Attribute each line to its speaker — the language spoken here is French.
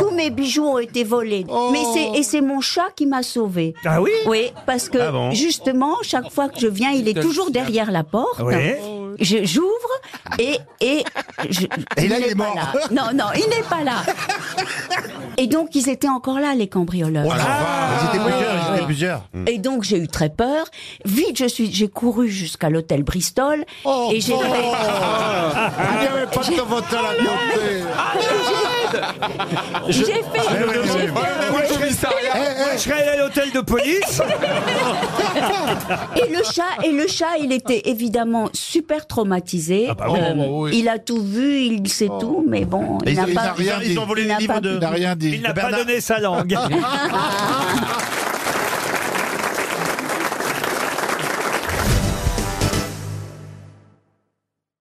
Speaker 1: Tous mes bijoux ont été volés.
Speaker 2: Oh.
Speaker 1: Mais c'est et c'est mon chat qui m'a sauvé.
Speaker 3: Ah oui
Speaker 1: Oui, parce que
Speaker 3: Ah bon
Speaker 1: justement, chaque fois que je viens, il est toujours derrière la porte.
Speaker 3: Ouais.
Speaker 1: Je j'ouvre et et je-
Speaker 2: Et là, il
Speaker 1: n'est
Speaker 2: est
Speaker 1: pas
Speaker 2: mort.
Speaker 1: là. Non non, il n'est pas là. Et donc ils étaient encore là les cambrioleurs.
Speaker 2: Oh la vache, ils étaient plusieurs,
Speaker 1: ouais,
Speaker 2: ils étaient
Speaker 1: ouais.
Speaker 2: plusieurs.
Speaker 1: Et donc j'ai eu très peur. Vite, je suis, j'ai couru jusqu'à l'hôtel Bristol
Speaker 2: Oh,
Speaker 1: et j'ai
Speaker 2: Ah,
Speaker 1: Ah,
Speaker 2: Il n'y avait pas de vote à la beauté.
Speaker 1: j'ai fait.
Speaker 2: oui,
Speaker 1: j'ai
Speaker 2: oui.
Speaker 1: fait-
Speaker 3: Je serais allé à l'hôtel de police.
Speaker 1: Et le chat, et le chat, il était évidemment super traumatisé.
Speaker 3: oui.
Speaker 1: Euh,
Speaker 2: oui.
Speaker 1: Il a tout vu, il sait tout, Oh. mais bon, il
Speaker 2: Ils
Speaker 1: n'a
Speaker 2: ils
Speaker 1: pas.
Speaker 2: n'ont rien
Speaker 4: Ils ont
Speaker 2: dit.
Speaker 4: volé
Speaker 1: Il
Speaker 4: les
Speaker 1: n'a
Speaker 4: livres
Speaker 1: pas
Speaker 4: de...
Speaker 2: Il n'a rien dit.
Speaker 3: Il n'a
Speaker 2: De
Speaker 3: pas
Speaker 2: Bernard-
Speaker 3: donné sa langue.